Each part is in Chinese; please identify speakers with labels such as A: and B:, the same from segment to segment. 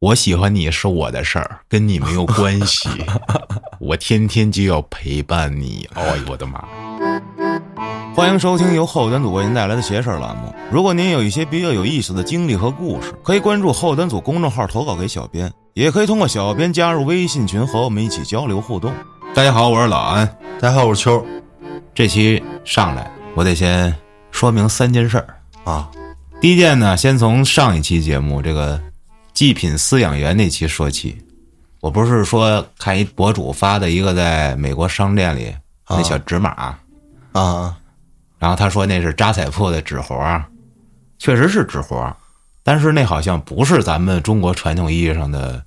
A: 我喜欢你是我的事儿，跟你没有关 系。我天天就要陪伴你。哎呦我的妈！
B: 欢迎收听由后端组为您带来的“邪事儿”栏目。如果您有一些比较有意思的经历和故事，可以关注后端组公众号投稿给小编，也可以通过小编加入微信群和我们一起交流互动。
A: 大家好，我是老安。
C: 大家好，我是秋儿
A: 这期上来，我得先说明三件事儿。
C: 啊，
A: 第一件呢，先从上一期节目这个祭品饲养员那期说起。我不是说看一博主发的一个在美国商店里那小纸马，
C: 啊
A: 然后他说那是扎彩铺的纸活儿，确实是纸活儿，但是那好像不是咱们中国传统意义上的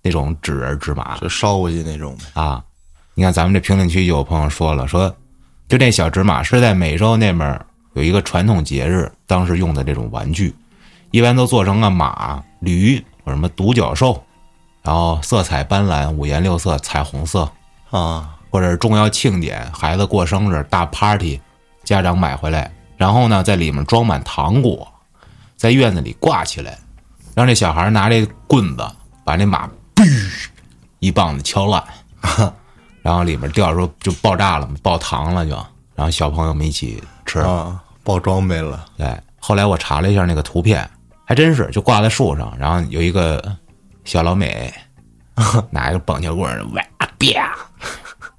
A: 那种纸人纸马
C: 就烧过去那种呗。
A: 啊。你看咱们这评论区就有朋友说了，说就这小纸马是在美洲那边儿有一个传统节日，当时用的这种玩具，一般都做成了马、驴或什么独角兽，然后色彩斑斓，五颜六色，彩虹色，
C: 啊，
A: 或者是重要庆典、孩子过生日、大 party，家长买回来，然后呢，在里面装满糖果，在院子里挂起来，让这小孩拿这棍子把那马，哔一棒子敲烂， 然后里面掉时候就爆炸了嘛，爆糖了就，然后小朋友们一起吃。
C: 啊，爆装备了
A: 对，后来我查了一下那个图片，还真是就挂在树上，然后有一个小老美拿一个棒球棍儿，哇啪，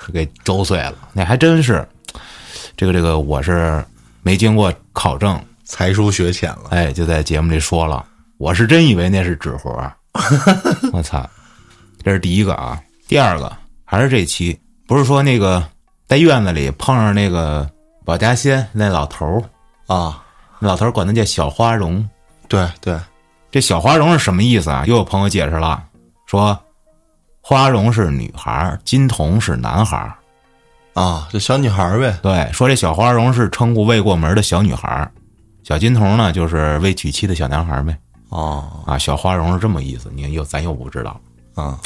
A: 就给周碎了。那还真是，这个这个我是没经过考证，
C: 才疏学浅了。
A: 哎，就在节目里说了，我是真以为那是纸活儿，我操，这是第一个啊。第二个还是这期，不是说那个在院子里碰上那个保家仙那老头儿，
C: 啊，
A: 那老头儿管他叫小花荣。
C: 对对，
A: 这小花荣是什么意思啊？又有朋友解释了，说花荣是女孩儿，金童是男孩儿。
C: 啊，这小女孩儿呗，
A: 对，说这小花荣是称呼未过门的小女孩儿，小金童呢就是未娶妻的小男孩儿呗。
C: 啊
A: 啊，小花荣是这么意思。你看又咱又不知道。
C: 啊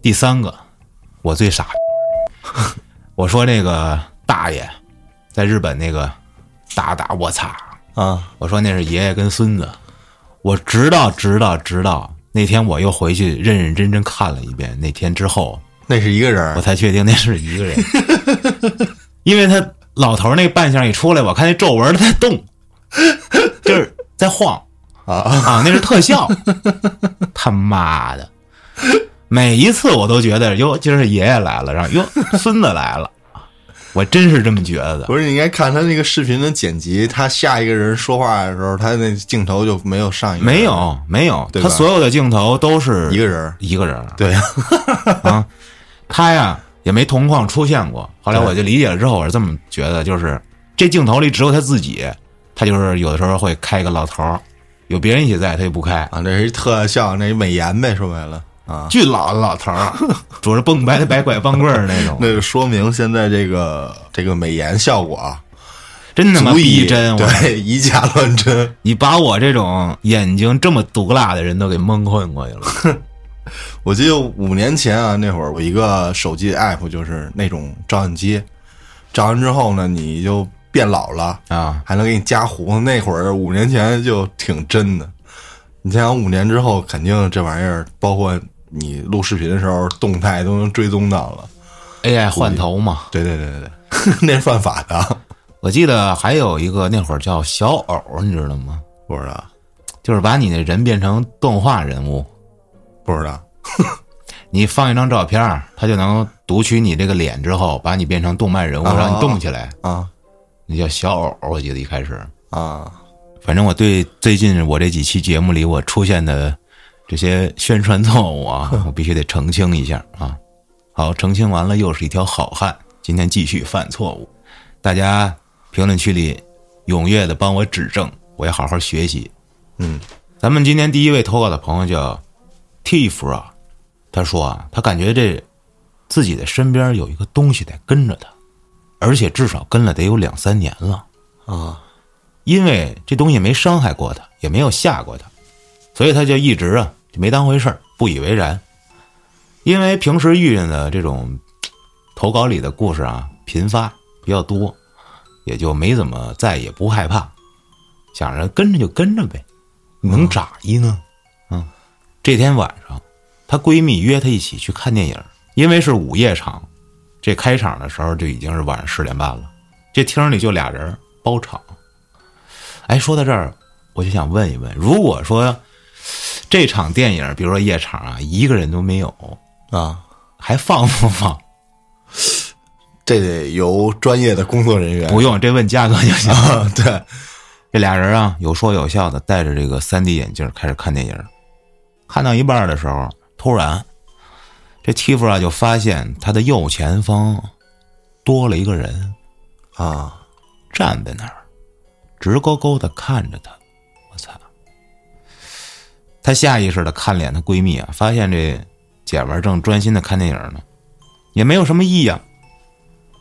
A: 第三个，我最傻， 我说那个大爷，在日本那个打打我擦，
C: 啊
A: 我说那是爷爷跟孙子。我直到直到直到那天我又回去认认真真看了一遍，那天之后
C: 那是一个人
A: 我
C: 儿
A: 才确定那是一个人， 因为他老头儿那扮相一出来，我看那皱纹儿在动，就是在晃
C: 啊
A: 啊，那是特效。他妈的，每一次我都觉得哟，今儿是爷爷来了，然后哟，孙子来了，我真是这么觉得。
C: 不是，你应该看他那个视频的剪辑，他下一个人说话的时候，他那镜头就没有上一个人
A: 没有，没有，
C: 对
A: 他
C: 吧
A: 所有的镜头都是
C: 一个人儿。
A: 一个人儿，
C: 对呀，
A: 他呀也没同框出现过。后来
C: 对
A: 我就理解了之后，我是这么觉得，就是这镜头里只有他自己，他就是有的时候会开一个老头儿，有别人一起在，他就不开。
C: 啊，这是一特效，那一美颜呗，说白了啊。
A: 巨老的老头 儿，拄着蹦白的白拐棒棍儿那种，
C: 那就说明现在这个这个美颜效果啊，
A: 真他妈
C: 足以
A: 逼真！我
C: 对以假乱真。
A: 你把我这种眼睛这么毒辣的人都给蒙混过去了。
C: 我记得五年前啊，那会儿我一个手机 app 就是那种照相机，照完之后呢，你就变老了，
A: 啊，
C: 还能给你加胡子。那会儿五年前就挺真的，你想想五年之后，肯定这玩意儿，包括你录视频的时候，动态都能追踪到了。
A: ，AI 换头嘛。
C: 对对对对对，那是犯法的，
A: 我记得还有一个那会儿叫小偶，你知道吗？
C: 不知道
A: 就是把你那人变成动画人物，
C: 不知道
A: 你放一张照片儿，它就能读取你这个脸之后，把你变成动漫人物，
C: 啊
A: 让你动起来。
C: 啊
A: 那叫小偶，我记得一开始。
C: 啊
A: 反正我对最近我这几期节目里我出现的这些宣传错误啊，我必须得澄清一下啊。好，澄清完了，又是一条好汉，今天继续犯错误，大家评论区里踊跃的帮我指正，我要好好学习。
C: 嗯，
A: 咱们今天第一位投稿的朋友叫 Tifra，他说啊，他感觉这自己的身边有一个东西在跟着他，而且至少跟了得有两三年了。
C: 啊
A: 因为这东西没伤害过他，也没有吓过他，所以他就一直啊就没当回事儿，不以为然。因为平时遇见的这种嘖投稿里的故事啊频发比较多，也就没怎么在，也不害怕，想着跟着就跟着呗，能咋一呢？嗯这天晚上，她闺蜜约她一起去看电影，因为是午夜场，这开场的时候就已经是晚上十点半了。这厅里就俩人包场。哎，说到这儿，我就想问一问，如果说这场电影，比如说夜场啊，一个人都没有，
C: 啊，
A: 还放不放？
C: 这得由专业的工作人员
A: 不用，这问价格就行。
C: 啊，对，
A: 这俩人啊，有说有笑的，戴着这个三 D 眼镜开始看电影。看到一半的时候，突然，这欺负啊就发现他的右前方多了一个人
C: 啊，
A: 站在那儿，直勾勾的看着他。我操！他下意识的看脸她闺蜜啊，发现这姐们儿正专心的看电影呢，也没有什么异样。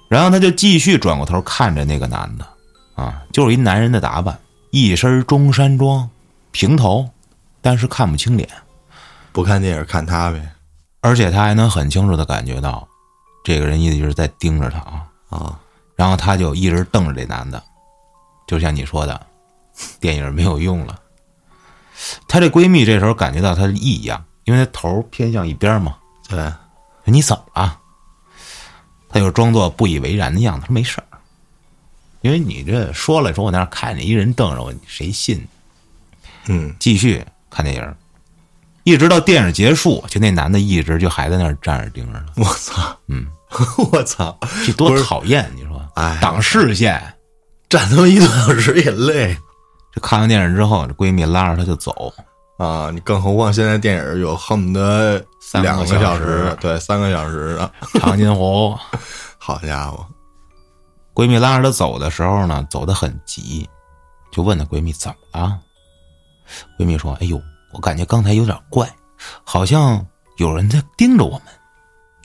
A: 然后他就继续转过头看着那个男的，啊，就是一男人的打扮，一身中山装，平头，但是看不清脸，
C: 不看电影看他呗
A: 而且他还能很清楚的感觉到，这个人一直在盯着他啊。
C: 啊，
A: 然后他就一直瞪着这男的，就像你说的，电影没有用了。她这闺蜜这时候感觉到她的异样，因为她头偏向一边嘛，
C: 对，
A: 你怎么了？他就装作不以为然的样子，说没事儿。因为你这说了，说我那儿看见一人瞪着我，谁信？
C: 嗯，
A: 继续看电影，一直到电影结束，就那男的一直就还在那儿站着盯着呢，
C: 我操，嗯，我操，
A: 这多
C: 不是
A: 讨厌！你说，
C: 哎
A: 挡视线。
C: 站他妈一个多小时也累
A: 这看完电影之后，这闺蜜拉着她就走，
C: 啊，你更何况现在电影有恨不得
A: 三个
C: 两个
A: 小时
C: 时，对，三个小时的，
A: 长津湖。
C: 好家伙，
A: 闺蜜拉着她走的时候呢，走得很急，就问她闺蜜怎么了。闺蜜说：“哎呦，我感觉刚才有点怪，好像有人在盯着我们。”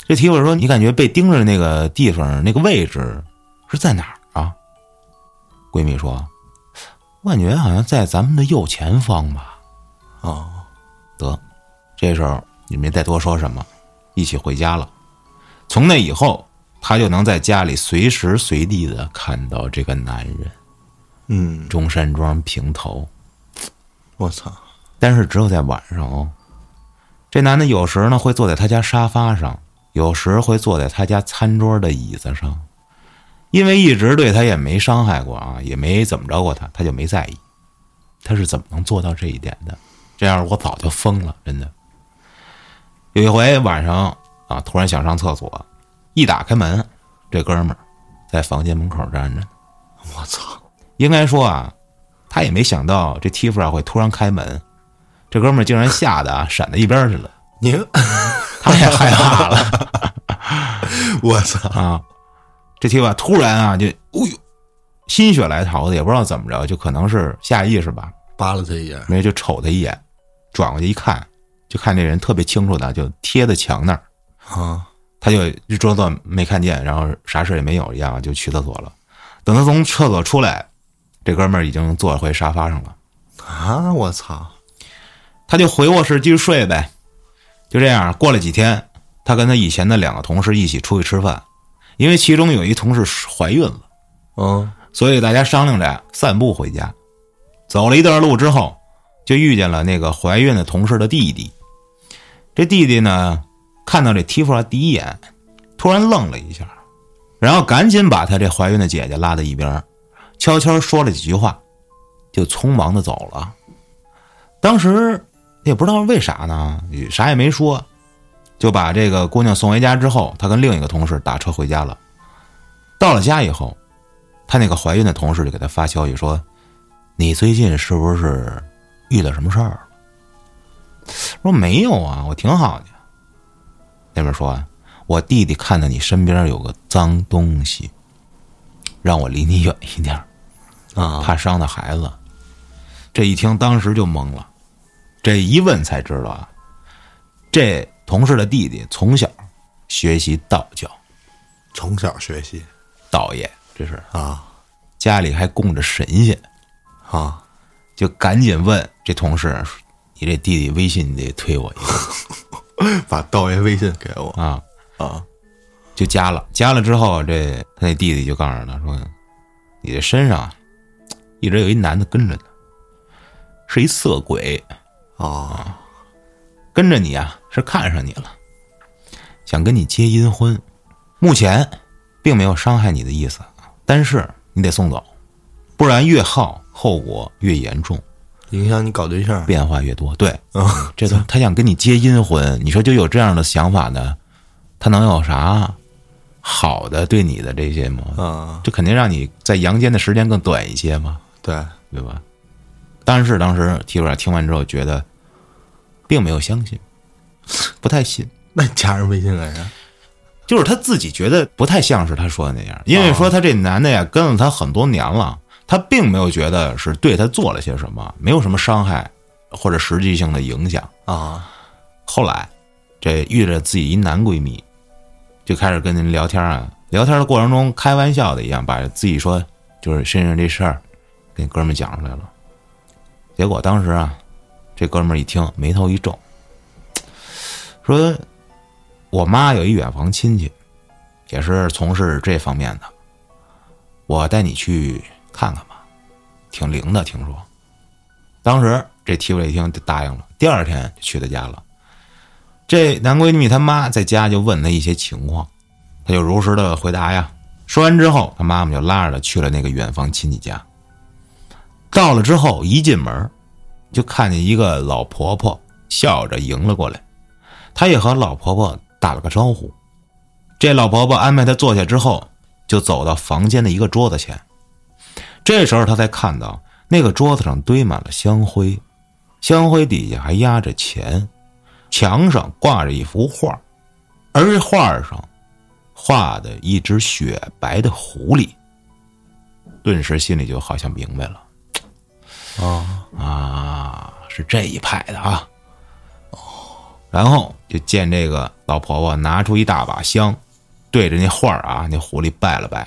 A: 这媳妇说：“你感觉被盯着的那个地方、那个位置是在哪儿啊？”闺蜜说：“我感觉好像在咱们的右前方吧。
C: 啊，”
A: 得，这时候也没再多说什么，一起回家了。从那以后，她就能在家里随时随地的看到这个男人，
C: 嗯，
A: 中山装平头，
C: 我操，
A: 但是只有在晚上哦。这男的有时呢会坐在他家沙发上，有时会坐在他家餐桌的椅子上，因为一直对他也没伤害过啊，也没怎么着过他，他就没在意。他是怎么能做到这一点的？这样我早就疯了，真的。有一回晚上啊，突然想上厕所，一打开门，这哥们儿在房间门口站着。
C: 我操，
A: 应该说啊，他也没想到这 Tifa 啊会突然开门，这哥们儿竟然吓得啊闪到一边儿去了，
C: 你，
A: 他也害怕了
C: 我操，
A: 啊。 这 Tifa 突然啊就，哦呦，心血来潮的，也不知道怎么着，就可能是下意识吧，
C: 扒了他一眼，
A: 没就瞅他一眼，转过去一看，就看这人特别清楚的就贴在墙那儿，
C: 啊，
A: 他就就装作没看见，然后啥事也没有一样，就去厕所了。等他从厕所出来，这哥们儿已经坐回沙发上了。
C: 啊，我操，
A: 他就回卧室继续睡呗。就这样，过了几天，他跟他以前的两个同事一起出去吃饭，因为其中有一同事怀孕了，
C: 嗯，
A: 所以大家商量着散步回家。走了一段路之后，就遇见了那个怀孕的同事的弟弟。这弟弟呢，看到这 Tifa 第一眼，突然愣了一下，然后赶紧把他这怀孕的姐姐拉到一边儿，悄悄说了几句话，就匆忙的走了。当时也不知道为啥呢，也啥也没说，就把这个姑娘送回家之后，他跟另一个同事打车回家了。到了家以后，他那个怀孕的同事就给他发消息说：“你最近是不是遇到什么事儿了？”说没有啊，我挺好的。那边说：“我弟弟看到你身边有个脏东西，让我离你远一点儿。”
C: 啊，
A: 怕伤到孩子。这一听，当时就懵了。这一问才知道啊，这同事的弟弟从小学习道教，
C: 从小学习
A: 道爷这是
C: 啊
A: 家里还供着神仙，
C: 啊，
A: 就赶紧问这同事：“你这弟弟微信你得推我一下
C: 把道爷微信给我
A: 啊
C: 啊，！”
A: 就加了，加了之后，这他那弟弟就告诉他说：“你这身上啊一直有一男的跟着呢，是一色鬼。”
C: 啊，
A: 跟着你啊，是看上你了，想跟你结阴婚。目前并没有伤害你的意思，但是你得送走，不然越耗后果越严重，
C: 影响你搞对象。
A: 变化越多。对，
C: 嗯，
A: 这都他想跟你结阴婚，你说就有这样的想法呢，他能有啥好的对你的这些吗？
C: 啊，
A: 这肯定让你在阳间的时间更短一些嘛，
C: 对，
A: 对吧？但是当时提出来听完之后，觉得并没有相信，不太信，
C: 那你加人微信干啥？
A: 就是他自己觉得不太像是他说的那样，因为说他这男的呀跟了他很多年了，他并没有觉得是对他做了些什么，没有什么伤害或者实际性的影响。
C: 啊，
A: 后来这遇着自己一男闺蜜，就开始跟人聊天啊，聊天的过程中开玩笑的一样，把自己说就是身上这事儿跟哥们儿讲出来了。结果当时啊，这哥们儿一听眉头一皱，说：“我妈有一远房亲戚，也是从事这方面的，我带你去看看吧，挺灵的，听说。”当时这提维一听就答应了，第二天就去他家了。这男闺蜜他妈在家就问他一些情况，他就如实的回答呀。说完之后，他妈妈就拉着他去了那个远房亲戚家。到了之后，一进门就看见一个老婆婆笑着迎了过来，他也和老婆婆打了个招呼。这老婆婆安排他坐下之后，就走到房间的一个桌子前。这时候他才看到那个桌子上堆满了香灰，香灰底下还压着钱，墙上挂着一幅画，而画上画的一只雪白的狐狸。顿时心里就好像明白了
C: 啊，
A: 啊，是这一派的啊。然后就见这个老婆婆拿出一大把香，对着那画儿啊，那狐狸拜了拜，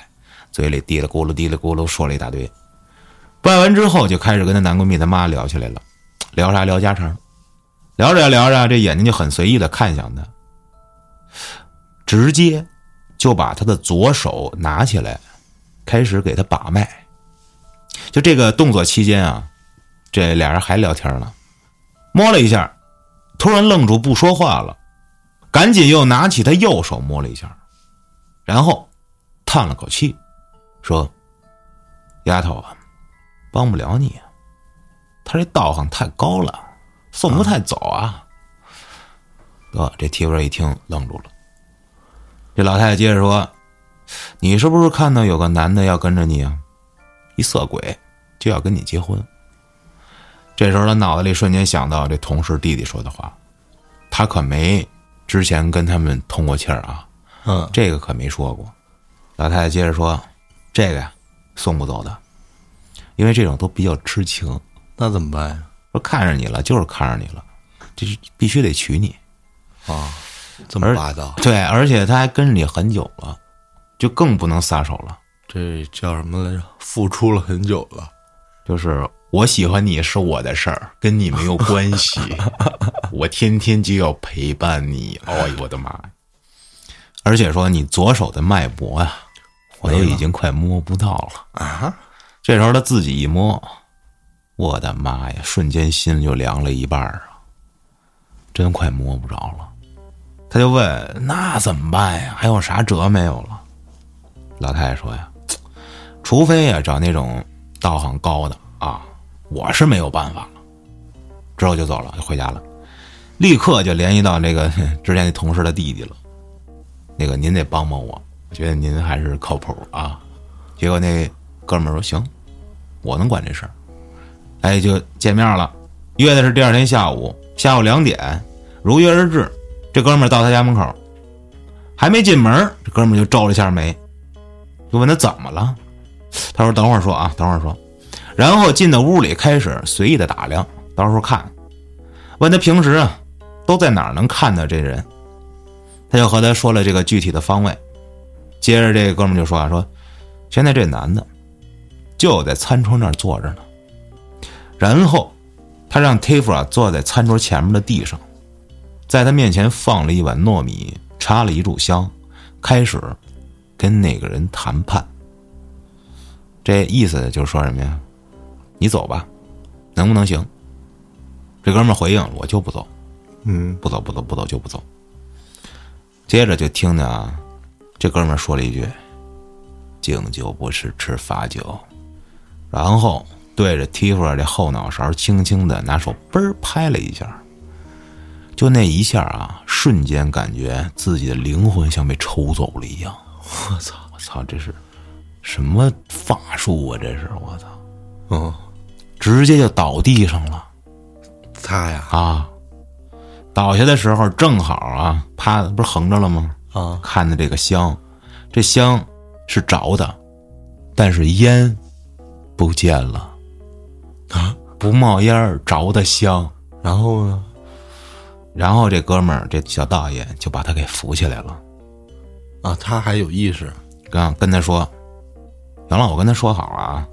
A: 嘴里嘀了咕噜嘀了咕噜说了一大堆。拜完之后，就开始跟她男闺蜜他妈聊起来了，聊啥聊家常，聊着聊着，这眼睛就很随意的看向她，直接就把她的左手拿起来，开始给她把脉。就这个动作期间啊，这俩人还聊天呢，摸了一下，突然愣住不说话了，赶紧又拿起他右手摸了一下，然后叹了口气，说：“丫头啊，帮不了你啊，他这道行太高了，送不太走啊。得，这提婆一听愣住了。这老太太接着说：“你是不是看到有个男的要跟着你啊？一色鬼就要跟你结婚。”这时候他脑子里瞬间想到这同事弟弟说的话，他可没之前跟他们通过气儿啊，
C: 嗯，
A: 这个可没说过。老太太接着说：“这个呀，送不走的，因为这种都比较痴情，
C: 那怎么办呀？
A: 说看上你了就是看上你了，这是必须得娶你。
C: 啊，这么霸道，
A: 对，而且他还跟着你很久了，就更不能撒手了。
C: 这叫什么来着？付出了很久了，
A: 就是我喜欢你是我的事儿，跟你没有关系。我天天就要陪伴你，哎呦我的妈呀！而且说你左手的脉搏啊，我都已经快摸不到了啊。这时候他自己一摸，我的妈呀，瞬间心就凉了一半儿啊，真快摸不着了。他就问：“那怎么办呀？还有啥辙没有了？”老太太说：“呀，除非呀、找那种道行高的啊，我是没有办法了。”之后就走了，就回家了，立刻就联系到那个 之前那同事的弟弟了。那个您得帮帮我，我觉得您还是靠谱啊。结果那哥们儿说：“行，我能管这事儿。”哎，就见面了，约的是第二天下午，下午两点，如约而至。这哥们儿到他家门口，还没进门儿，这哥们儿就皱了一下眉，就问他怎么了。他说：“等会儿说啊，等会儿说。”然后进到屋里，开始随意的打量，到时候看，问他平时啊都在哪儿能看到这人。他就和他说了这个具体的方位。接着这哥们儿就说啊，说现在这男的就在餐桌那儿坐着呢。然后他让 Tifa 坐在餐桌前面的地上，在他面前放了一碗糯米，插了一炷香，开始跟那个人谈判。这意思就是说什么呀？你走吧，能不能行？这哥们儿回应：“我就不走。”
C: 嗯
A: 不走不走不走就不走。接着就听见啊，这哥们儿说了一句：“敬酒不吃吃罚酒。”然后对着 T 弗这后脑勺轻轻的拿手嘣儿拍了一下，就那一下啊，瞬间感觉自己的灵魂像被抽走了一样。我操！我操！这是什么法术啊？这是我操！
C: 嗯，
A: 直接就倒地上了。
C: 他呀
A: 啊，倒下的时候正好啊，趴不是横着了吗？
C: 啊，
A: 看的这个香，这香是着的，但是烟不见了啊，不冒烟儿着的香。
C: 然后呢？
A: 然后这哥们儿这小大爷就把他给扶起来了，
C: 啊，他还有意识，
A: 跟跟他说：“行了，我跟他说好了啊，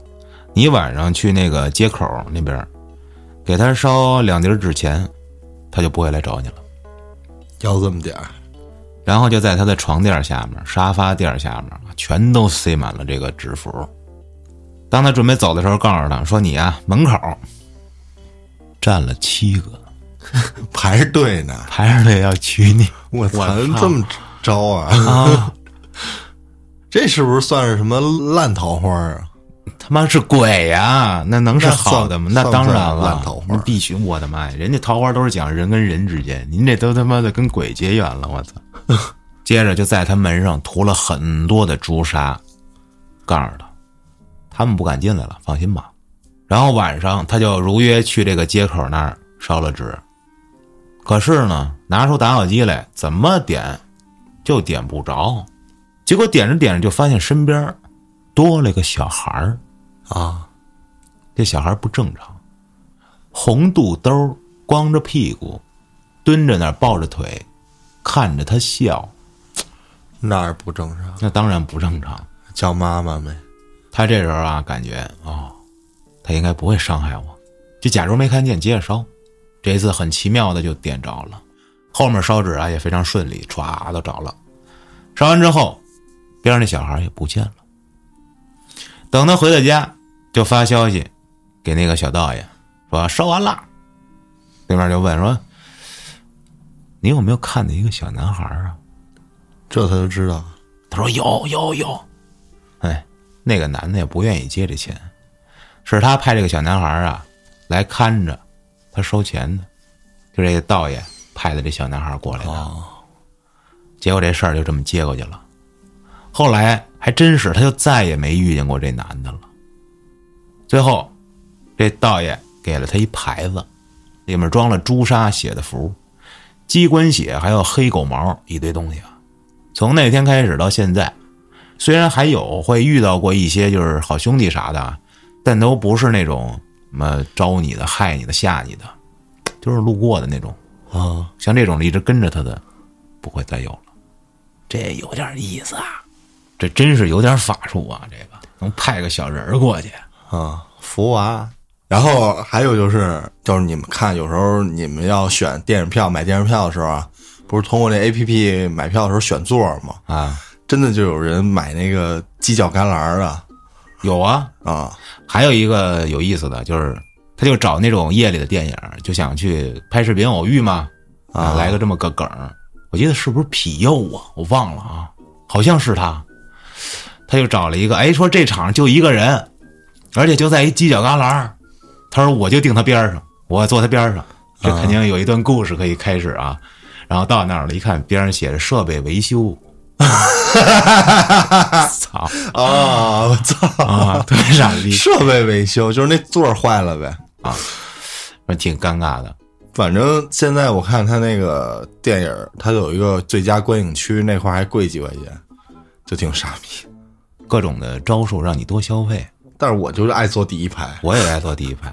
A: 你晚上去那个街口那边儿，给他烧两叠纸钱，他就不会来找你了。”
C: 要这么点儿，
A: 然后就在他的床垫下面、沙发垫下面，全都塞满了这个纸符。当他准备走的时候，告诉他说：“你啊，门口站了七个，
C: 排着队呢。
A: 排着队要娶你。
C: 我操
A: 我，操
C: 这么招啊？
A: 啊，
C: 这是不是算是什么烂桃花啊？
A: 他妈是鬼呀、那能是好的吗？
C: 那
A: 那
C: 算
A: 当然
C: 算不算
A: 了
C: 烂桃花，
A: 那必须！我的妈呀，人家桃花都是讲人跟人之间，您这都他妈的跟鬼结缘了，我操！ 接着就在他门上涂了很多的朱砂，告诉他，他们不敢进来了，放心吧。然后晚上他就如约去这个街口那儿烧了纸，可是呢，拿出打火机来，怎么点就点不着，结果点着点着就发现身边儿多了个小孩儿。
C: 啊，
A: 这小孩不正常，红肚兜，光着屁股，蹲着那儿抱着腿，看着他笑，
C: 那儿不正常，
A: 那当然不正常。
C: 叫妈妈呗。
A: 他这时候啊，感觉哦，他应该不会伤害我，就假装没看见，接着烧。这一次很奇妙的就点着了，后面烧纸啊也非常顺利，歘都着了。烧完之后，边上那小孩也不见了。等他回到家，就发消息给那个小道爷说烧完了。对面就问说：“你有没有看见一个小男孩啊？”
C: 这他就知道，
A: 他说有有有，哎，那个男的也不愿意接这钱，是他派这个小男孩啊来看着他收钱的，就这个道爷派的这小男孩过来的。结果这事儿就这么接过去了。后来还真是，他就再也没遇见过这男的了。最后，这道爷给了他一牌子，里面装了朱砂写的符、鸡冠血，还有黑狗毛一堆东西啊。从那天开始到现在，虽然还有会遇到过一些就是好兄弟啥的啊，但都不是那种什么招你的、害你的、吓你的，就是路过的那种。
C: 啊，
A: 像这种一直跟着他的，不会再有了。这有点意思啊，这真是有点法术啊！这个能派个小人儿过去，
C: 啊，福娃。然后还有就是，就是你们看，有时候你们要选电影票、买电影票的时候啊，不是通过那 A P P 买票的时候选座吗？
A: 啊，
C: 真的就有人买那个犄角旮旯儿的
A: 有啊。
C: 啊，
A: 还有一个有意思的就是，他就找那种夜里的电影，就想去拍视频偶遇嘛，啊，来个这么个梗儿。我记得是不是痞幼啊？我忘了啊，好像是他。他就找了一个，哎，说这场就一个人，而且就在一犄角旮旯儿。他说我就定他边儿上，我坐他边儿上，这肯定有一段故事可以开始啊。然后到那儿了，一看边上写着设备维修，操
C: 啊，我操！
A: 啊，特别傻逼，
C: 设备维修就是那座儿坏了呗。
A: 挺尴尬的。
C: 反正现在我看他那个电影儿，他有一个最佳观影区那块儿还贵几块钱，就挺傻逼。
A: 各种的招数让你多消费。
C: 但是我就是爱坐第一排，
A: 我也爱坐第一 排，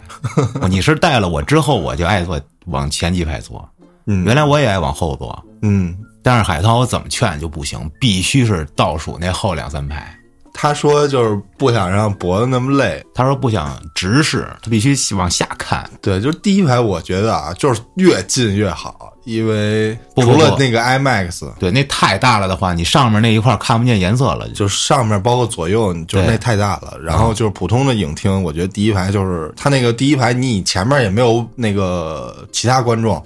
A: 我你是带了我之后，我就爱坐往前几排坐。
C: 嗯
A: 原来我也爱往后坐，
C: 嗯，
A: 但是海涛我怎么劝就不行，必须是倒数那后两三排。
C: 他说就是不想让脖子那么累，
A: 他说不想直视，他必须往下看。
C: 对，就是第一排我觉得啊，就是越近越好，因为
A: 不
C: 除
A: 不
C: 了
A: 不
C: 那个 IMAX，
A: 对，那太大了的话，你上面那一块看不见颜色了。就
C: 就是上面包括左右，你就是
A: 对
C: 那太大了。然后就是普通的影厅，我觉得第一排就是他那个第一排，你前面也没有那个其他观众，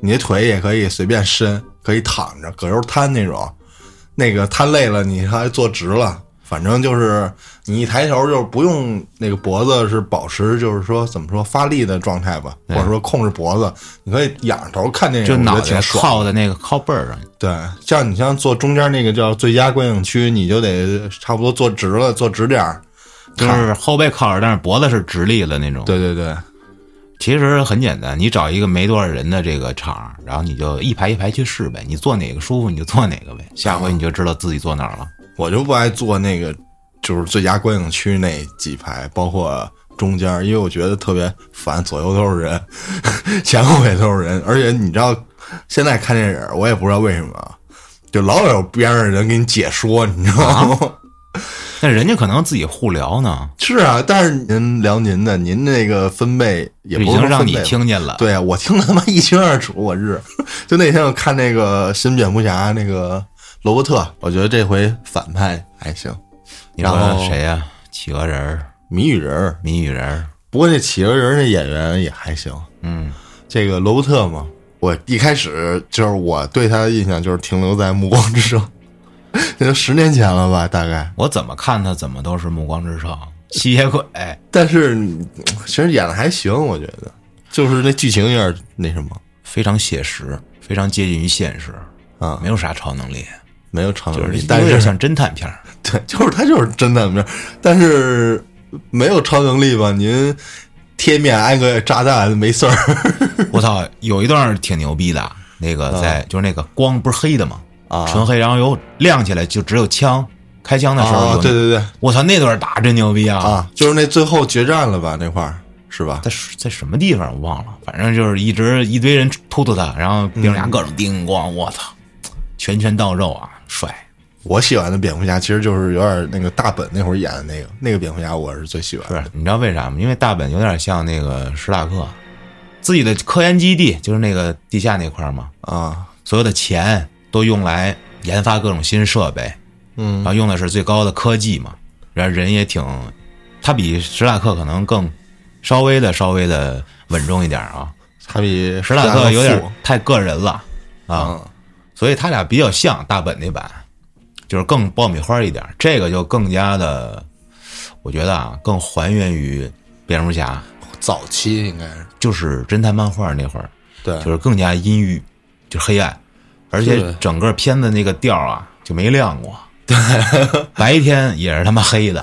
C: 你的腿也可以随便伸，可以躺着葛优瘫那种，那个瘫累了你还坐直了，反正就是你一抬头就不用那个脖子是保持就是说怎么说发力的状态吧，或者说控制脖子，你可以仰着头看电影，
A: 就
C: 哎我觉
A: 脑
C: 得
A: 袋
C: 挺爽的。
A: 靠在那个靠背儿上，
C: 对，像你像坐中间那个叫最佳观影区，你就得差不多坐直了，坐直点儿。
A: 就是后背靠着，但是脖子是直立的那种。
C: 对对对，
A: 其实很简单，你找一个没多少人的这个场，然后你就一排一排去试呗，你坐哪个舒服你就坐哪个呗，下回你就知道自己坐哪儿了。
C: 我就不爱坐那个就是最佳观影区那几排，包括中间，因为我觉得特别烦，左右都是人， 前后也都是人，而且你知道现在看电影，我也不知道为什么啊，就老有边上的人给你解说，你知道吗？
A: 啊那人家可能自己互聊呢，
C: 是啊，但是您聊您的，您那个分贝也
A: 就
C: 不
A: 已经
C: 是说
A: 让
C: 分
A: 你
C: 贝吧
A: 听见了。
C: 对啊我听得他妈一清二楚，我日！ 就那天我看那个新蝙蝠侠那个罗伯特，我觉得这回反派还行，
A: 你说
C: 然后
A: 谁呀、企鹅人儿、
C: 谜语人儿。
A: 谜语人儿，
C: 不过这企鹅人儿那演员也还行，
A: 嗯，
C: 这个罗伯特嘛，我一开始就是我对他的印象就是停留在《暮光之城》，那都十年前了吧，大概。
A: 我怎么看他怎么都是暮光之城、吸血鬼，哎
C: 但是嗯其实演的还行，我觉得，就是那剧情有点那什么
A: 非常写实，非常接近于现实，
C: 啊，
A: 没有啥超能力，
C: 没有超
A: 就
C: 能
A: 是
C: 力，
A: 有
C: 但是
A: 点像侦探片儿。
C: 对，就是他就是侦探片，但是没有超能力吧？您贴面挨个炸弹没事儿
A: 我操，有一段挺牛逼的，那个在、就是那个光不是黑的吗？
C: 嗯啊
A: 纯黑，然后有亮起来就只有枪，开枪的时候有、
C: 啊！对对对
A: 我操，那段打真牛逼啊！
C: 啊，就是那最后决战了吧那块儿是吧？
A: 在在什么地方我忘了，反正就是一直一堆人突突他，然后
C: 嗯
A: 兵俩各种叮咣，我操，拳拳到肉啊，帅！
C: 我喜欢的蝙蝠侠其实就是有点那个大本那会儿演的那个那个蝙蝠侠，我是最喜欢的。
A: 是，你知道为啥吗？因为大本有点像那个史塔克，自己的科研基地就是那个地下那块儿嘛，
C: 啊，
A: 所有的钱都用来研发各种新设备，
C: 嗯
A: 然后用的是最高的科技嘛，然后人也挺，他比史塔克可能更稍微的稍微的稳重一点啊，
C: 他比
A: 史塔克
C: 克
A: 有
C: 富
A: 点太个人了啊，
C: 啊，
A: 所以他俩比较像大本那版，就是更爆米花一点，这个就更加的，我觉得啊，更还原于蝙蝠侠，
C: 早期应该是
A: 就是侦探漫画那会儿，
C: 对
A: 就是更加阴郁，就是黑暗，而且
C: 对
A: 整个片子那个调儿啊就没亮过，对， 白天也是他妈黑的，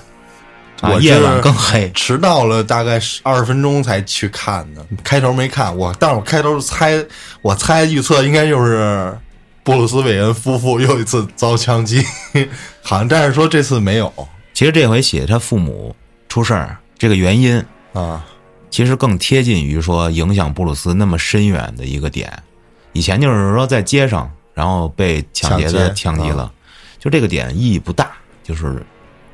A: 啊，
C: 我
A: 夜
C: 是
A: 晚更黑，
C: 迟到了大概二十分钟才去看的，开头没看我，但是我开头猜，我猜预测应该就是布鲁斯韦恩夫妇又一次遭枪击， 好像但是说这次没有
A: 其实这回写他父母出事儿这个原因，
C: 啊，
A: 其实更贴近于说影响布鲁斯那么深远的一个点。以前就是说在街上，然后被抢劫啊的
C: 抢
A: 枪
C: 劫
A: 击了，就这个点意义不大，就是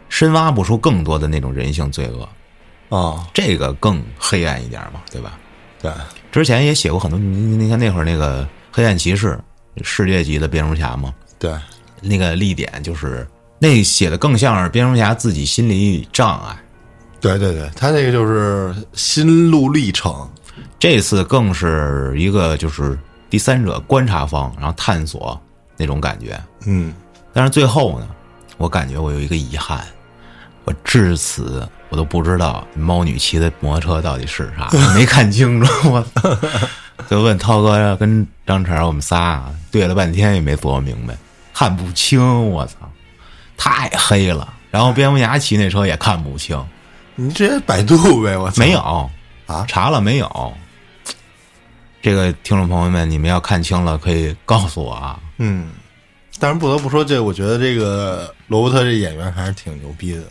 A: 深挖不出更多的那种人性罪恶，
C: 啊，
A: 这个更黑暗一点嘛，对吧？
C: 对，
A: 之前也写过很多，你你你看那会儿那个《黑暗骑士》，世界级的蝙蝠侠嘛，
C: 对，
A: 那个立点就是那写的更像是蝙蝠侠自己心理障碍。
C: 对对对，他这个就是心路历程，
A: 这次更是一个就是第三者观察方，然后探索那种感觉。
C: 嗯，
A: 但是最后呢，我感觉我有一个遗憾，我至此我都不知道猫女骑的摩托车到底是啥，没看清楚。我操就问涛哥跟张成，我们仨啊对了半天也没琢磨明白，看不清。我操，太黑了。然后蝙蝠侠骑那车也看不清，
C: 你直接百度呗，我操
A: 没有
C: 啊
A: 查了没有？这个听众朋友们，你们要看清了可以告诉我啊。
C: 嗯，但是不得不说，这我觉得这个罗伯特这演员还是挺牛逼的。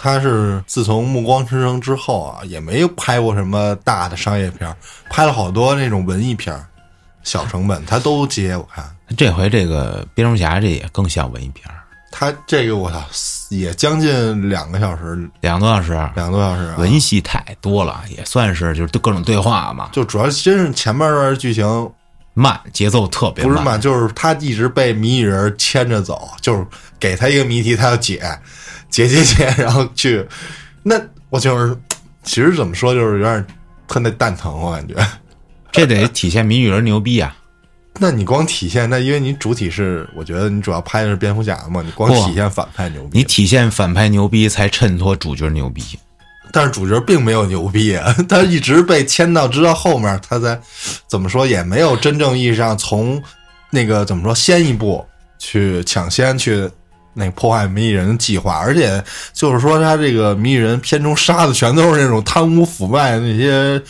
C: 他是自从《暮光之城》之后啊，也没拍过什么大的商业片儿，拍了好多那种文艺片儿，小成本他都接。我看
A: 这回这个蝙蝠侠这也更像文艺片儿，
C: 他这个我操，也将近两个小时，
A: 两个多小时，
C: 两个多小时、啊。
A: 文艺戏太多了，也算是就是各种对话嘛，
C: 就主要真是前面段剧情
A: 慢，节奏特别
C: 不
A: 慢。
C: 是嘛，就是他一直被谜语人牵着走，就是给他一个谜题，他要解，解解解，然后去，那我就是，其实怎么说，就是有点特那蛋疼，我感觉
A: 这得体现谜语人牛逼啊！
C: 那你光体现那，因为你主体是，我觉得你主要拍的是蝙蝠侠嘛，你光
A: 不
C: 体现反派牛逼
A: 你，体现反派牛逼，才衬托主角牛逼。
C: 但是主角并没有牛逼啊，他一直被牵到，直到后面他才怎么说，也没有真正意义上从那个怎么说先一步去抢先去那个破坏谜底人的计划，而且就是说他这个谜底人片中杀的全都是那种贪污腐败那些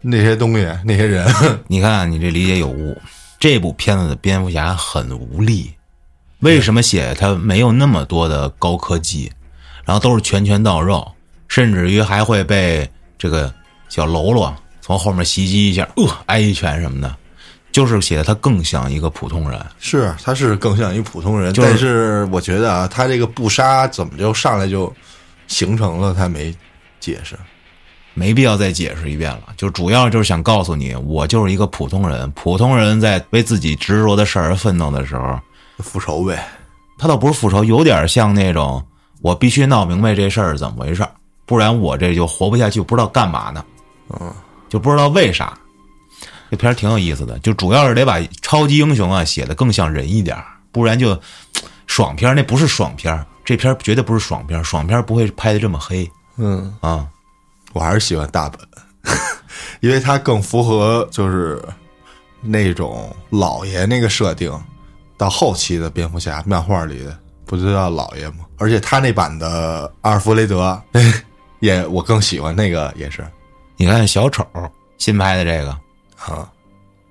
C: 那些东西那些人，
A: 你看，你这理解有误。这部片子的蝙蝠侠很无力，为什么写他没有那么多的高科技，然后都是拳拳到肉，甚至于还会被这个小喽啰从后面袭击一下，呃，挨一拳什么的，就是写的他更像一个普通人。
C: 是，他是更像一普通人，
A: 就是
C: 但是我觉得啊，他这个不杀怎么就上来就形成了？他没解释。
A: 没必要再解释一遍了，就主要就是想告诉你，我就是一个普通人。普通人在为自己执着的事儿而奋斗的时候，
C: 复仇呗，
A: 他倒不是复仇，有点像那种我必须闹明白这事儿是怎么回事儿，不然我这就活不下去，不知道干嘛呢。嗯，就不知道为啥。这片儿挺有意思的，就主要是得把超级英雄啊写的更像人一点儿，不然就爽片儿那不是爽片儿，这片儿绝对不是爽片儿，爽片儿不会拍的这么黑
C: 嗯，
A: 啊、
C: 我还是喜欢大本， 因为他更符合就是那种老爷那个设定。到后期的蝙蝠侠漫画里的不就叫老爷吗？而且他那版的阿尔弗雷德 也我更喜欢那个也是
A: 你看小丑新拍的这个，
C: 啊，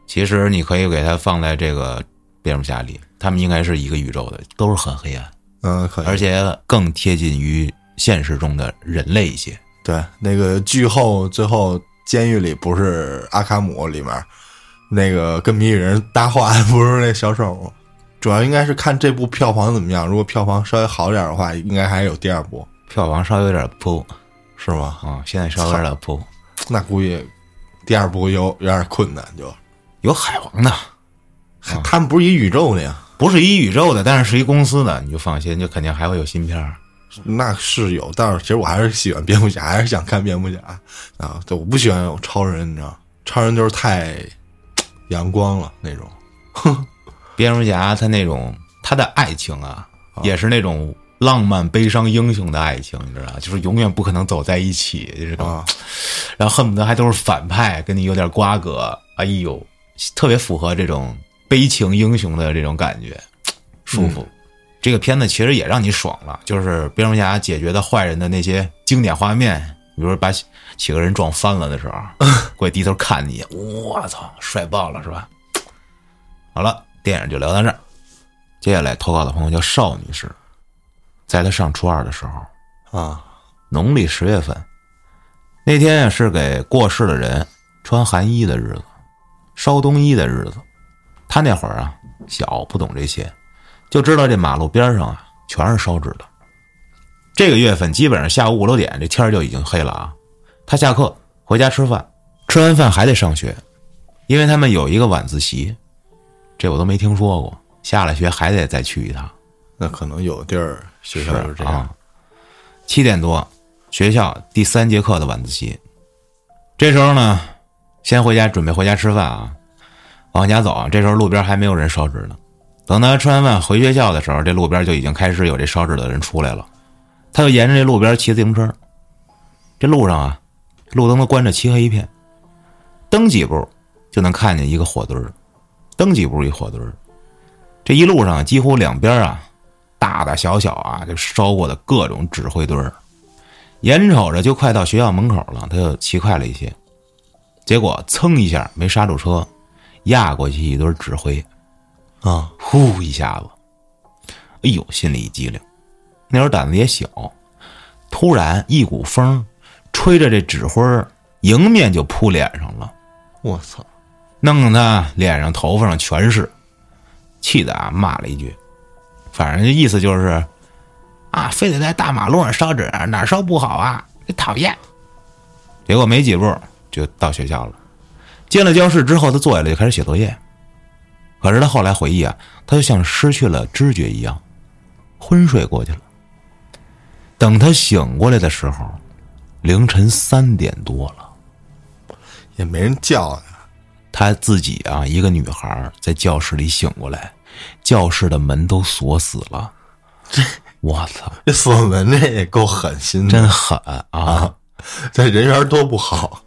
A: 其实你可以给它放在这个蝙蝠侠里，他们应该是一个宇宙的，都是很黑暗。
C: 嗯，可以。
A: 而且更贴近于现实中的人类一些。
C: 对，那个剧后最后监狱里不是阿卡姆里面那个跟谜语人搭话，不是那小丑吗？主要应该是看这部票房怎么样，如果票房稍微好点的话，应该还有第二部，
A: 票房稍微有点扑
C: 是吗？
A: 啊，现在稍微有点扑，
C: 那估计第二部有有点困难，就、
A: 有海王的，啊
C: 他们不是一宇宙的呀，
A: 不是一宇宙的，但是是一公司的，你就放心，就肯定还会有新片儿。
C: 那是有，但是其实我还是喜欢蝙蝠侠，还是想看蝙蝠侠啊，对，我不喜欢有超人，你知道吗，超人就是太阳光了那种，
A: 蝙蝠侠他那种他的爱情啊，也是那种浪漫、悲伤、英雄的爱情，你知道吧，就是永远不可能走在一起这种，
C: 啊
A: 然后恨不得还都是反派，跟你有点瓜葛，哎呦，特别符合这种悲情英雄的这种感觉，舒服。这个片子其实也让你爽了，就是蝙蝠侠解决的坏人的那些经典画面，比如说把几几个人撞翻了的时候，过去低头看你一眼，我操，帅爆了是吧？好了，电影就聊到这儿。接下来投稿的朋友叫邵女士，在她上初二的时候，
C: 啊，
A: 农历十月份那天呀，是给过世的人穿寒衣的日子，烧冬衣的日子。他那会儿啊，小不懂这些，就知道这马路边上啊全是烧纸的。这个月份基本上下午五六点，这天儿就已经黑了啊。他下课回家吃饭，吃完饭还得上学，因为他们有一个晚自习，这我都没听说过。下了学还得再去一趟。
C: 那可能有地儿学校就是这样。
A: 啊。七点多，学校第三节课的晚自习。这时候呢，先回家准备回家吃饭啊。往家走啊，这时候路边还没有人烧纸呢。等他吃完饭回学校的时候，这路边就已经开始有这烧纸的人出来了。他就沿着这路边骑自行车。这路上啊，路灯都关着，漆黑一片。蹬几步就能看见一个火堆儿，蹬几步一火堆儿。这一路上几乎两边啊大大小小啊，就烧过的各种纸灰堆儿。眼瞅着就快到学校门口了，他就骑快了一些，结果噌一下没刹住车，压过去一堆纸灰，
C: 啊，
A: 呼一下子，哎呦，心里一激灵。那时候胆子也小，突然一股风吹着这纸灰儿迎面就扑脸上了。
C: 我操！
A: 弄得他脸上、头发上全是，气得啊骂了一句，反正意思就是，啊，非得在大马路上烧纸，哪儿烧不好啊，这讨厌。结果没几步就到学校了，进了教室之后，他坐下来就开始写作业。可是他后来回忆啊，他就像失去了知觉一样，昏睡过去了。等他醒过来的时候，凌晨三点多了。
C: 也没人叫他，
A: 她自己啊，一个女孩儿在教室里醒过来，教室的门都锁死了。我操，
C: 这锁门这也够狠心的，
A: 真狠啊！
C: 这人缘多不好。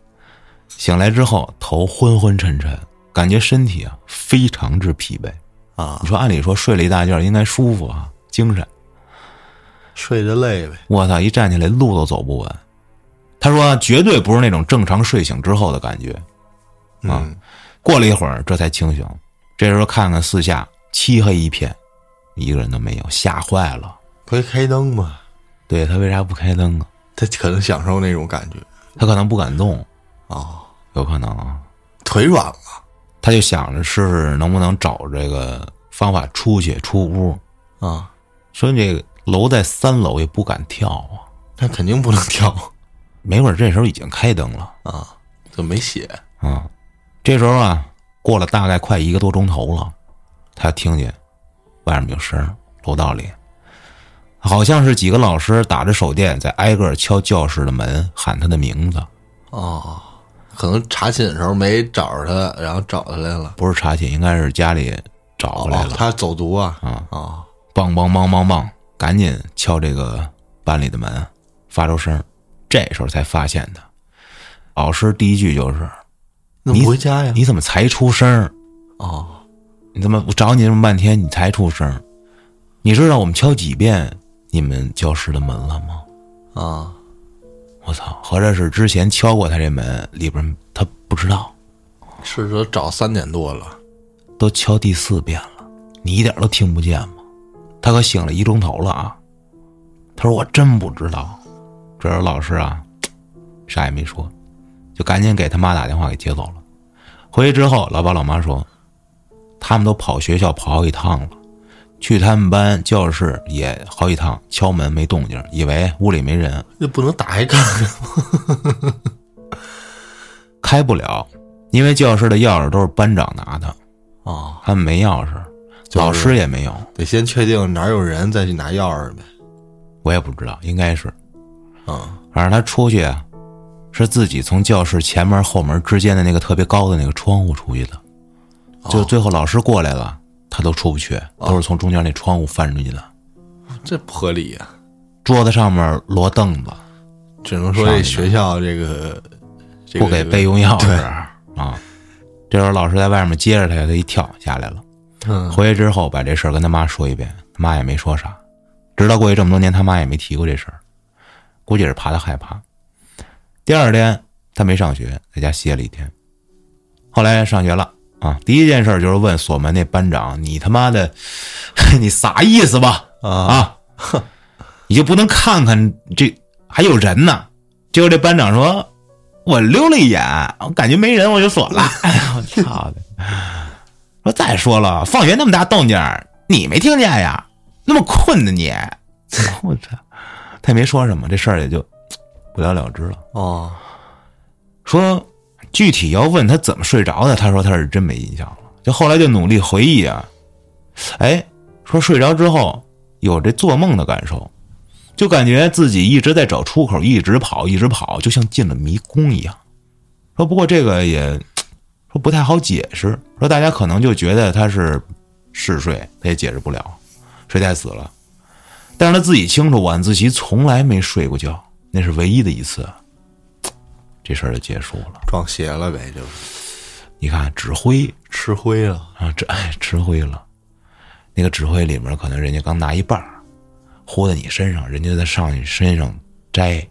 A: 醒来之后，头昏昏沉沉，感觉身体啊非常之疲惫
C: 啊
A: 你说，按理说睡了一大觉应该舒服啊，精神。
C: 睡着累呗，
A: 我操！一站起来，路都走不稳。他说，啊绝对不是那种正常睡醒之后的感觉。啊
C: 嗯，
A: 过了一会儿，这才清醒。这时候看看四下，漆黑一片，一个人都没有，吓坏了。
C: 可以开灯嘛，
A: 对他为啥不开灯啊？
C: 他可能享受那种感觉
A: 他可能不敢动，
C: 哦，
A: 有可能啊。
C: 腿软了
A: 他就想着试试能不能找这个方法出去出屋。
C: 啊，
A: 说这个楼在三楼也不敢跳啊。
C: 那肯定不能跳
A: 没准儿这时候已经开灯了
C: 啊，怎么没血？
A: 啊、这时候啊，过了大概快一个多钟头了，他听见外面有声儿，楼道里好像是几个老师打着手电在挨个儿敲教室的门，喊他的名字。
C: 哦，可能查寝的时候没找着他，然后找他来了。
A: 不是查寝，应该是家里找回来
C: 哦
A: 了。
C: 他走读啊
A: 啊
C: 哦
A: 梆梆梆梆梆，赶紧敲这个班里的门，啊发出声儿。这时候才发现他，老师第一句就是
C: 那
A: 你
C: 不回家呀？
A: 你怎么才出声儿？
C: 哦，
A: 你他妈我找你这么半天，你才出声儿。你知道我们敲几遍你们教室的门了吗？
C: 啊，
A: 我操，合着是之前敲过他这门，里边他不知道，
C: 是说找三点多了，
A: 都敲第四遍了，你一点都听不见吗？他可醒了一钟头了啊！他说我真不知道。这时候老师啊，啥也没说，就赶紧给他妈打电话给接走了。回去之后，老爸老妈说，他们都跑学校跑好几趟了，去他们班教室也好几趟，敲门没动静，以为屋里没人，
C: 这不能打开看看 吗？
A: 开不了，因为教室的钥匙都是班长拿的，
C: 哦，
A: 他们没钥匙，
C: 是
A: 老师也没有。
C: 得先确定哪儿有人，再去拿钥匙呗。
A: 我也不知道，应该是，
C: 啊，
A: 反正他出去啊，是自己从教室前门后门之间的那个特别高的那个窗户出去的，就最后老师过来了，他都出不去，都是从中间那窗户翻出去的。
C: 这不合理呀、
A: 桌子上面摞凳子，
C: 只能说这学校这个这个
A: 不给备用钥匙啊。这时候老师在外面接着他，他一跳下来了。
C: 嗯
A: 回去之后把这事儿跟他妈说一遍，他妈也没说啥。直到过去这么多年，他妈也没提过这事儿，估计是怕他害怕。第二天他没上学，在家歇了一天。后来上学了啊，第一件事就是问锁门那班长：“你他妈的， 你啥意思吧？啊， 你就不能看看这还有人呢？”结果这班长说：“我溜了一眼，我感觉没人，我就锁了。”哎呀，我操的！说再说了，放学那么大动静儿，你没听见呀？那么困呢你， 我操！他也没说什么，这事儿也就不了了之了。
C: 哦，
A: 说具体要问他怎么睡着的，他说他是真没印象了。就后来就努力回忆啊，哎，说睡着之后有这做梦的感受，就感觉自己一直在找出口，一直跑，一直跑，就像进了迷宫一样。说不过这个也说不太好解释，说大家可能就觉得他是嗜睡，他也解释不了，睡太死了。但是他自己清楚，晚自习从来没睡过觉，那是唯一的一次。这事儿就结束了。
C: 撞邪了呗，就是
A: 你看指挥
C: 吃灰了。
A: 啊，这哎指挥了，那个指挥里面可能人家刚拿一半儿，呼在你身上，人家在上你身上摘，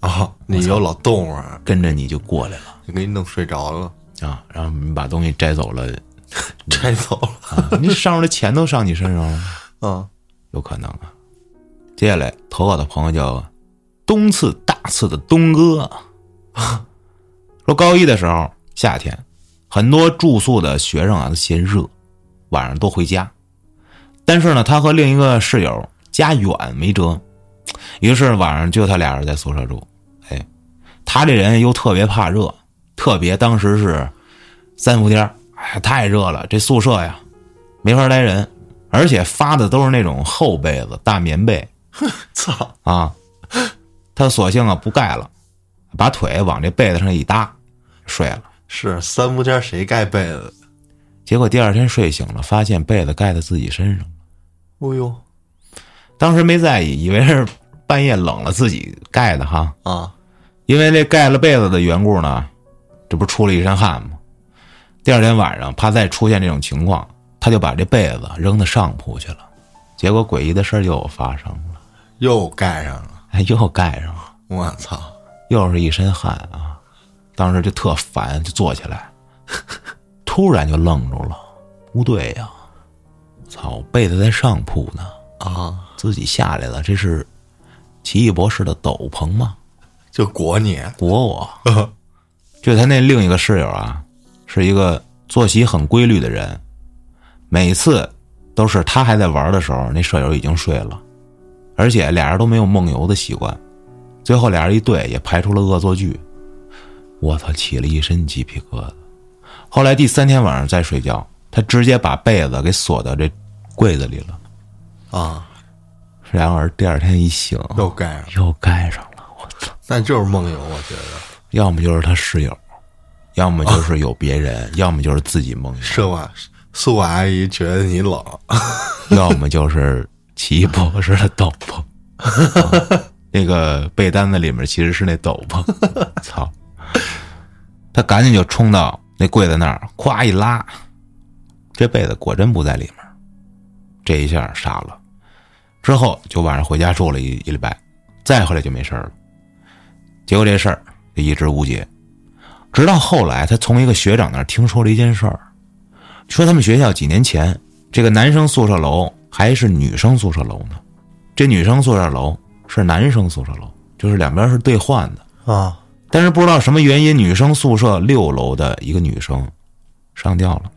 C: 哦，你有老动物啊，
A: 跟着你就过来了
C: 就给你弄睡着了，
A: 啊，然后你把东西摘走了，嗯
C: 摘走了。
A: 啊、你上面的钱都上你身上了，
C: 啊，
A: 有可能啊。接下来投稿的朋友叫东次大次的东哥，说高一的时候夏天，很多住宿的学生啊都嫌热，晚上都回家。但是呢，他和另一个室友家远没辙，于是晚上就他俩人在宿舍住。哎，他这人又特别怕热，特别当时是三伏天儿，哎，太热了，这宿舍呀没法待人，而且发的都是那种厚被子、大棉被
C: 操！
A: 啊。他索性啊不盖了，把腿往这被子上一搭，睡了。
C: 是三伏天谁盖被子？
A: 结果第二天睡醒了，发现被子盖在自己身上。
C: 哦呦
A: 当时没在意，以为是半夜冷了自己盖的哈。
C: 啊，
A: 因为这盖了被子的缘故呢，这不出了一身汗吗？第二天晚上，怕再出现这种情况，他就把这被子扔到上铺去了。结果诡异的事儿又发生了，
C: 又盖上了，
A: 哎，又盖上了，
C: 我操！
A: 又是一身汗啊！当时就特烦，就坐起来， 突然就愣住了，不对呀、操，被子在上铺呢，
C: 啊，
A: 自己下来了，这是奇异博士的斗篷吗？
C: 就裹你，
A: 裹我。就他那另一个室友啊，是一个作息很规律的人，每次都是他还在玩的时候，那舍友已经睡了，而且俩人都没有梦游的习惯。最后俩人一对，也排除了恶作剧。我操，起了一身鸡皮疙瘩。后来第三天晚上再睡觉，他直接把被子给锁到这柜子里了。
C: 啊，
A: 然而第二天一醒，
C: 又盖上了，
A: 又盖上了。我操！
C: 那就是梦游，我觉得
A: 要么就是他室友，要么就是有别人， 要么就是自己梦
C: 舍管宿管阿姨觉得你冷，
A: 游， 要么就是奇异博士的斗篷。啊那个被单子里面其实是那斗篷，操！他赶紧就冲到那柜子那儿，咵一拉，这被子果真不在里面。这一下傻了，之后就晚上回家住了一一礼拜，再回来就没事儿了。结果这事儿就一直无解，直到后来他从一个学长那儿听说了一件事儿，说他们学校几年前这个男生宿舍楼还是女生宿舍楼呢，这女生宿舍楼是男生宿舍楼，就是两边是对换的。
C: 啊，
A: 但是不知道什么原因，女生宿舍六楼的一个女生上吊了。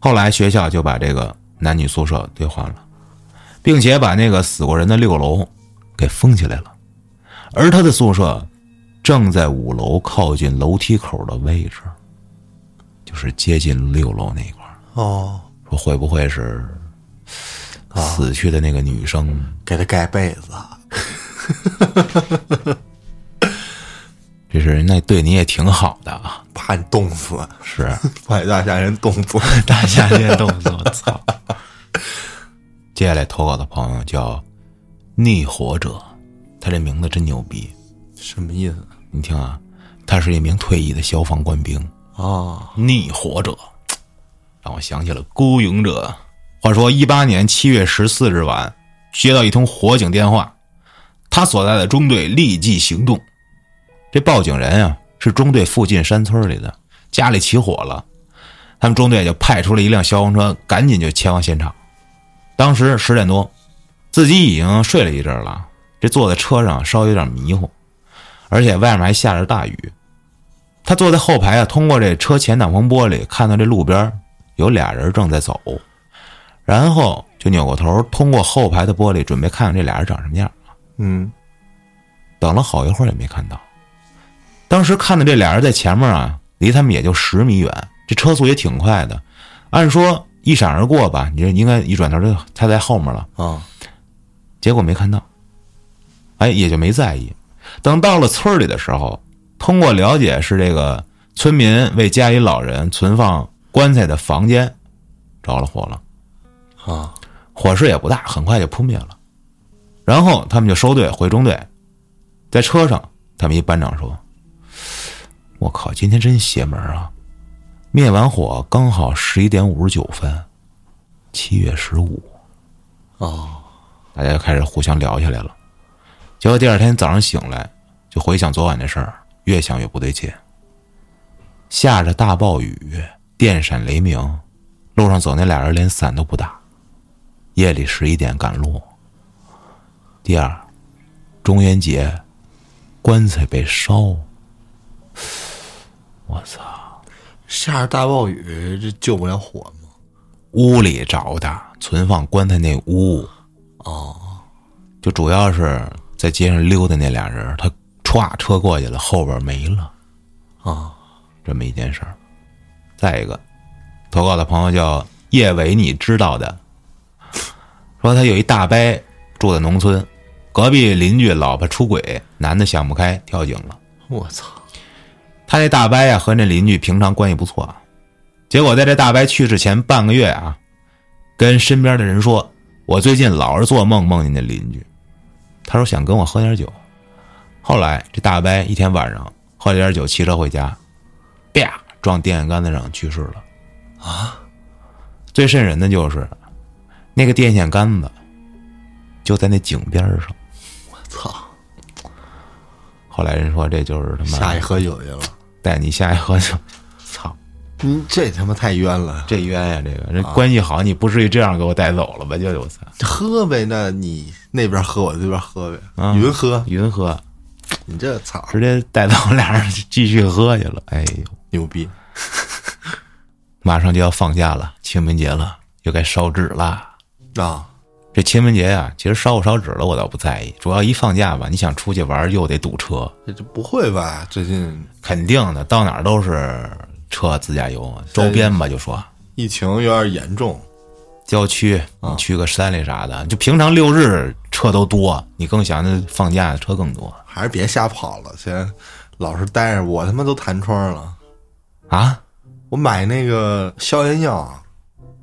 A: 后来学校就把这个男女宿舍兑换了，并且把那个死过人的六楼给封起来了，而他的宿舍正在五楼靠近楼梯口的位置，就是接近六楼那一块儿。
C: 哦，
A: 说会不会是死去的那个女生？
C: 给他盖被子，
A: 就是那对你也挺好的啊，
C: 怕你冻死，
A: 是。
C: 怕你大夏天冻死。
A: 大夏天冻死我，操！接下来投稿的朋友叫逆火者，他这名字真牛逼。
C: 什么意思
A: 你听啊，他是一名退役的消防官兵，
C: 啊？
A: 逆火者，让我想起了孤勇者。话说，一八年七月十四日晚，接到一通火警电话，他所在的中队立即行动。这报警人啊，是中队附近山村里的，家里起火了，他们中队就派出了一辆消防车，赶紧就前往现场。当时十点多，自己已经睡了一阵儿了，这坐在车上稍微有点迷糊，而且外面还下着大雨。他坐在后排啊，通过这车前挡风玻璃看到这路边儿有俩人正在走，然后就扭过头通过后排的玻璃准备看看这俩人长什么样。
C: 嗯，
A: 等了好一会儿也没看到。当时看到这俩人在前面啊，离他们也就十米远，这车速也挺快的。按说一闪而过吧，你这应该一转头就他在后面了。
C: 啊，
A: 结果没看到，哎，也就没在意。等到了村儿里的时候，通过了解是这个村民为家里老人存放棺材的房间着了火了，
C: 啊，
A: 火势也不大，很快就扑灭了。然后他们就收队回中队，在车上，他们一班长说：“我靠，今天真邪门儿啊！灭完火刚好十一点五十九分，七月十五。”
C: 哦，
A: 大家就开始互相聊起来了。结果第二天早上醒来，就回想昨晚的事儿，越想越不对劲。下着大暴雨，电闪雷鸣，路上走那俩人连伞都不打。夜里十一点赶路。第二，中元节，棺材被烧。我操！
C: 下着大暴雨，这救不了火吗？
A: 屋里着的，存放棺材那屋。哦，就主要是在街上溜达那俩人，他歘车过去了，后边没了，
C: 啊，
A: 这么一件事儿。再一个，投稿的朋友叫叶伟，你知道的，说他有一大伯住在农村，隔壁邻居老婆出轨，男的想不开跳井了。
C: 我操！
A: 他这大伯呀、和那邻居平常关系不错，啊结果在这大伯去世前半个月啊，跟身边的人说：“我最近老是做梦，梦见那邻居。”他说想跟我喝点酒。后来这大伯一天晚上喝了点酒，骑车回家，啪撞电线杆子上去世了。啊！最瘆人的就是那个电线杆子就在那井边上。
C: 操，
A: 后来人说这就是他妈
C: 下去喝酒去了，
A: 带你下一喝酒，操！
C: 嗯，这他妈太冤了。
A: 这冤呀、这个人关系好，你不至于这样给我带走了吧？舅舅，我操！
C: 喝呗，那你那边喝，我这边喝呗，云喝。
A: 云喝，
C: 你这操
A: 直接带走俩人继续喝去了。哎呦，
C: 牛逼！
A: 马上就要放假了，清明节了，又该烧纸了。
C: 啊，
A: 这清明节呀、其实烧不烧纸了我倒不在意，主要一放假吧，你想出去玩又得堵车，
C: 这这不会吧？最近
A: 肯定的，到哪儿都是车自驾游，周边吧就说
C: 疫情有点严重，
A: 郊区，你去个山里啥的，就平常六日车都多，你更想着放假车更多
C: 还是别瞎跑了，先老实待着。我他妈都弹窗了，
A: 啊？
C: 我买那个消炎药啊，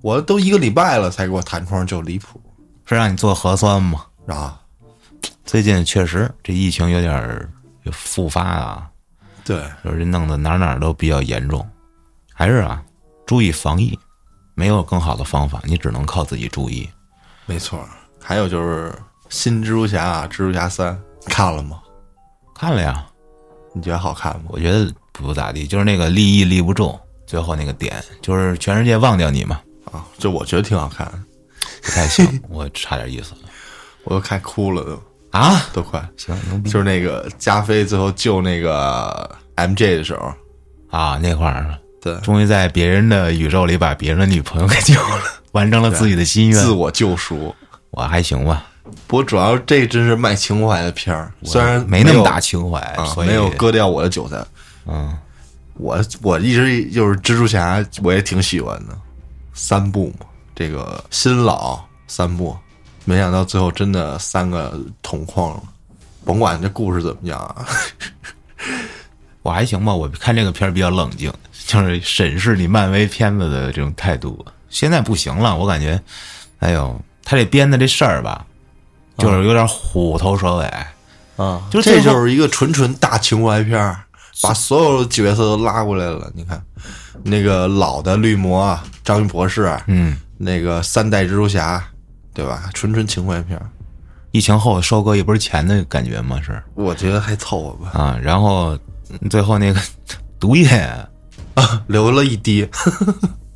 C: 我都一个礼拜了才给我弹窗，就离谱
A: 是让你做核酸吗？
C: 啊！
A: 最近确实这疫情有点儿复发啊，
C: 对，
A: 就是弄得哪儿哪儿都比较严重。还是啊，注意防疫，没有更好的方法，你只能靠自己注意。
C: 没错。还有就是新蜘蛛侠啊，蜘蛛侠三看了吗？
A: 看了呀，
C: 你觉得好看吗？
A: 我觉得不咋地，就是那个立意立不住，最后那个点就是全世界忘掉你嘛，
C: 啊，这我觉得挺好看的，
A: 不太 行，我差点意思了
C: 我都看哭了都，
A: 啊。
C: 都快。
A: 行，牛逼
C: 就是那个加菲最后救那个 MJ 的时候，
A: 啊！那块儿
C: 对，
A: 终于在别人的宇宙里把别人的女朋友给救了，完成了自己的心愿
C: 自。我救赎。
A: 我还行吧，
C: 不过主要这真是卖情怀的片儿，虽然
A: 没那么大情怀，
C: 啊，
A: 所以
C: 没有割掉我的韭菜。
A: 嗯。
C: 我我一直就是蜘蛛侠，我也挺喜欢的，三部嘛，这个新老三部，没想到最后真的三个同框了。甭管这故事怎么样啊，
A: 我还行吧，我看这个片儿比较冷静，就是审视你漫威片子的这种态度。现在不行了，我感觉，哎呦，他这编的这事儿吧，就是有点虎头蛇尾。
C: 啊，
A: 就最
C: 这
A: 后
C: 就是一个纯纯大情怀片儿，把所有的角色都拉过来了。你看，那个老的绿魔啊，章鱼博士啊，
A: 嗯，
C: 那个三代蜘蛛侠，对吧？纯纯情怀片儿，
A: 疫情后收割一波钱的感觉嘛是
C: 我觉得还凑合吧，
A: 啊，然后嗯最后那个 毒液
C: 留了一滴。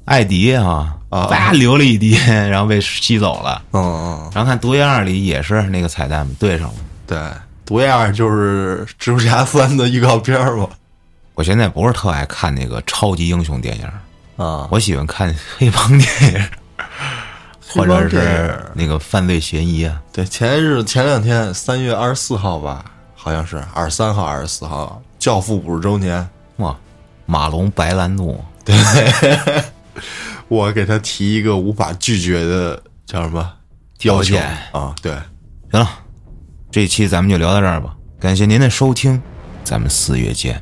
A: 艾迪啊，
C: 啊
A: 叭流了一滴，然后被吸走了。
C: 嗯嗯，嗯
A: 然后看《毒液二》里也是那个彩蛋对上了。
C: 对，毒液二就是蜘蛛侠三的预告片儿嘛。
A: 我现在不是特爱看那个超级英雄电影，
C: 啊，
A: 我喜欢看黑帮电影，或
C: 黑帮
A: 者
C: 电影
A: 是那个犯罪嫌疑啊。
C: 对，前日前两天三月二十四号吧，好像是二十三号、二十四号，《教父》五十周年，
A: 哇，马龙白兰度
C: 我给他提一个无法拒绝的叫什么要
A: 条
C: 求
A: 件
C: 啊？对，
A: 行了，这期咱们就聊到这儿吧，感谢您的收听，咱们四月见。